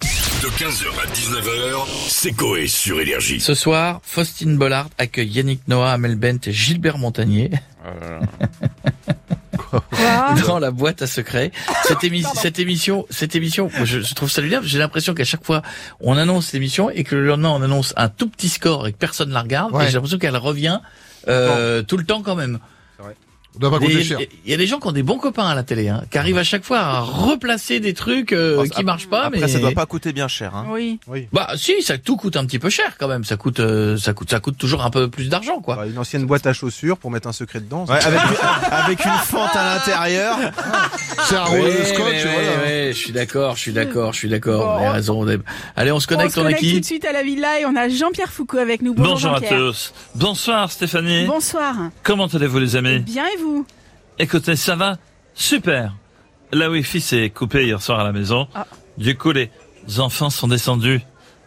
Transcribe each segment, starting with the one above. De 15h à 19h, c'est Coé sur Énergie. Ce soir, Faustine Bollard accueille Yannick Noah, Amel Bent et Gilbert Montagnier Ah. dans la boîte à secrets. Cette, émi- cette émission, cette émission, je, je trouve ça lunaire. J'ai l'impression qu'à chaque fois, on annonce l'émission et que le lendemain, on annonce un tout petit score et que personne la regarde. Ouais. Et j'ai l'impression qu'elle revient euh, tout le temps quand même. On doit pas Des- coûter cher. Il y a des gens qui ont des bons copains à la télé, hein, qui arrivent à chaque fois à replacer des trucs euh, Bon, qui marchent pas. Après, mais ça doit pas coûter bien cher. Hein. Oui. Bah si, ça tout coûte un petit peu cher quand même. Ça coûte, euh, ça coûte, ça coûte toujours un peu plus d'argent, quoi. Bah, une ancienne boîte à chaussures pour mettre un secret dedans. ça. Ouais, avec, avec une fente à l'intérieur. C'est un Oui, rouleau de scotch, Ah mais oui, voilà. oui, je suis d'accord, je suis d'accord, je suis d'accord. Bon. vous avez raison. on est- Allez, on se On connecte, se on, est connecte tout qui de suite à la villa et on a Jean-Pierre Foucault avec nous. Bonjour, Bonjour à Jean-Pierre. tous. Bonsoir Stéphanie. Bonsoir. Comment allez-vous les amis Bien et vous Écoutez, ça va super. La Wi-Fi s'est coupée hier soir à la maison. Ah. Du coup, les enfants sont descendus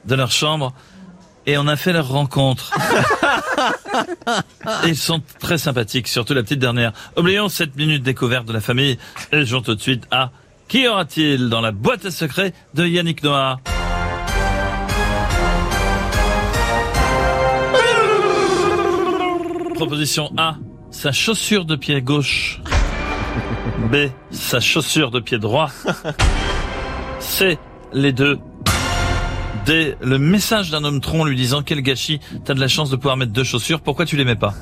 de leur chambre et on a fait leur rencontre. Et Ils sont très sympathiques, surtout la petite dernière. Oublions cette minute découverte de la famille et jouons tout de suite à Qui aura-t-il dans la boîte à secrets de Yannick Noah Proposition A, sa chaussure de pied gauche. B, sa chaussure de pied droit. C, les deux. D, le message d'un homme tronc lui disant quel gâchis, t'as de la chance de pouvoir mettre deux chaussures, pourquoi tu les mets pas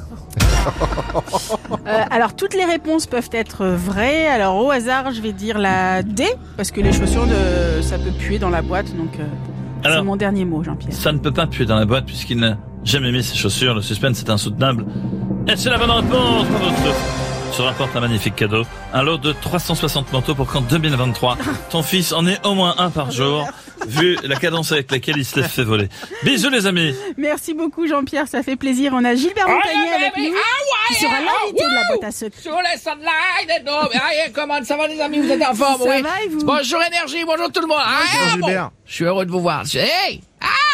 Euh, Alors, toutes les réponses peuvent être vraies. Alors, au hasard, je vais dire la D, parce que les chaussures, de... ça peut puer dans la boîte. Donc, euh, c'est Alors, mon dernier mot, Jean-Pierre. ça ne peut pas puer dans la boîte puisqu'il n'a jamais mis ses chaussures, le suspense est insoutenable. Et c'est la bonne réponse pour notre- Je rapporte un magnifique cadeau, un lot de 360 manteaux pour qu'en 2023, ton fils en ait au moins un par jour, vu la cadence avec laquelle il se les fait voler. Bisous les amis Merci beaucoup, Jean-Pierre. Ça fait plaisir. On a Gilbert Montagnier avec nous, qui sera l'invité de la boîte à secrets. Sur les sunlight et non, mais, ah, eh, comment ça va les amis, vous êtes en Ça forme, oui va et vous Bonjour énergie, bonjour tout le monde Ah, Bonjour, ah, bon. Gilbert. Je suis heureux de vous voir. Je- Hey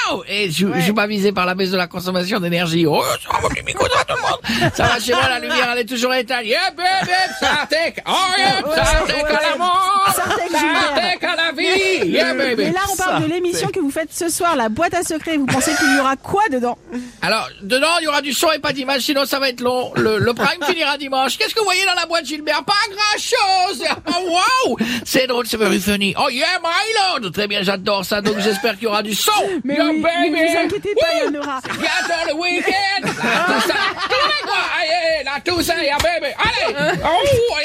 Ow Et je, Ouais. je suis pas visé par la baisse de la consommation d'énergie. Oh, ça va, les micros, ça, tout le monde Ça va chez moi, la lumière, elle est toujours éteinte. Yep, yep, yep, Sartek Oh, yep, Ouais, Sartek ouais. à la mort Sartek, Gilbert. Sartek à la vie Yeah, baby Mais là, on parle de l'émission que vous faites ce soir, la boîte à secrets. Vous pensez qu'il y aura quoi dedans Alors, dedans, il y aura du son et pas d'image, sinon ça va être long. Le, le prime finira dimanche. Qu'est-ce que vous voyez dans la boîte, Gilbert Pas grand-chose Oh, wow C'est drôle, c'est very funny. Oh, yeah, my lord Très bien, j'adore ça, donc j'espère qu'il y aura du son Mais Yeah, oui, baby mais vous inquiétez pas, il y en aura. Bientôt le week-end La Toussaint Allez, allez, La Toussaint, yeah, baby Euh. Allez Oh,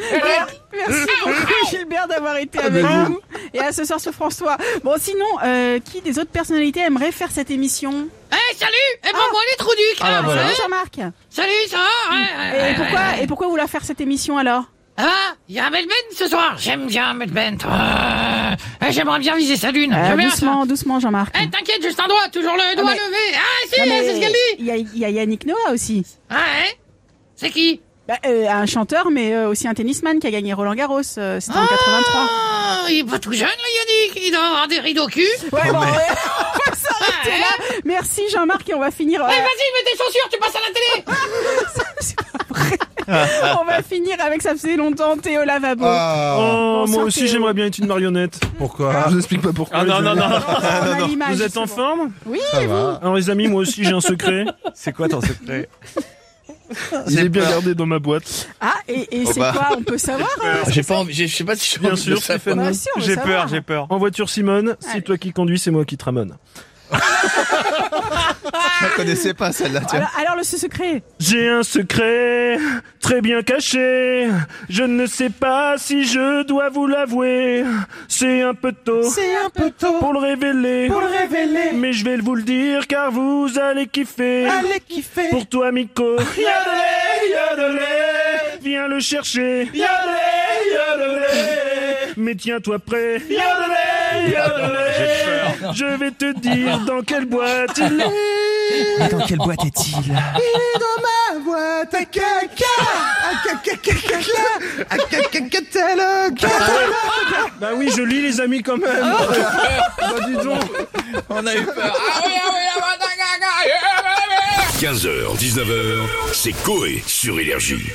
yeah Voilà. Merci beaucoup Gilbert d'avoir été Ah, avec bah, nous et à ce soir sur François. Bon sinon, euh, qui des autres personnalités aimerait faire cette émission Eh, Et pour moi, hein. les trous du Ah, bah, voilà. Salut Jean-Marc. Salut, ça va hein. Et pourquoi et pourquoi vouloir faire cette émission alors Ah, il y a Melbent ce soir J'aime bien Melbent J'aimerais Ah, bien viser sa lune Euh, Doucement, doucement Jean-Marc. Eh, t'inquiète, juste un doigt, toujours le doigt mais- levé. Ah, si, Non, mais c'est ce qu'elle dit. Il y, a- il y a Yannick Noah aussi. Ah, hein C'est qui Bah, euh, un chanteur, mais euh, aussi un tennisman qui a gagné Roland Garros. euh, C'était en 83. Ah, il est pas tout jeune, là, Yannick. Il doit avoir des rides au cul. Ouais, bon, ouais. on va s'arrêter là. Merci Jean-Marc et on va finir. euh, Eh, vas-y, mets tes chaussures, tu passes à la télé. on va finir avec ça faisait longtemps Théo Lavabo. Ah, Oh, Bonsoir, moi aussi Théo. Ah, j'aimerais bien être une marionnette. pourquoi Je vous explique pas pourquoi. Ah non, non, non. Oh, on a l'image, Vous êtes c'est en bon. forme Oui, Ça va. Alors les amis, moi aussi j'ai un secret. C'est quoi ton secret Il est bien gardé dans ma boîte. Ah, et, et Oh c'est bah. quoi On peut savoir hein J'ai pas envie, j'ai- je sais pas si je Bien sûr, Stéphane. Bah, si, on veut J'ai savoir. peur, Ah, j'ai peur. En voiture Simone, c'est Allez. toi qui conduis, c'est moi qui te ramène. Je la connaissais pas celle-là. tiens. Alors, alors, le ce secret J'ai un secret très bien caché. Je ne sais pas si je dois vous l'avouer. C'est un peu tôt C'est un peu pour le révéler. révéler, Mais je vais vous le dire car vous allez kiffer. kiffer. Pour toi, Miko. Yodelé, yodelé. Viens le chercher. Yodelé, yodelé. Mais tiens-toi prêt. Yodelé, yodelé. Je vais te dire dans quelle boîte il est. Dans quelle boîte est-il dans ma boîte à caca. À caca, caca, caca. À caca, catalogue. Bah oui, je lis les amis quand même. Ah, bah dis donc. On a eu peur. Ah oui, ah oui, la bande à gaga. Yeah, baby. 15h, 19h, c'est Coé sur Énergie.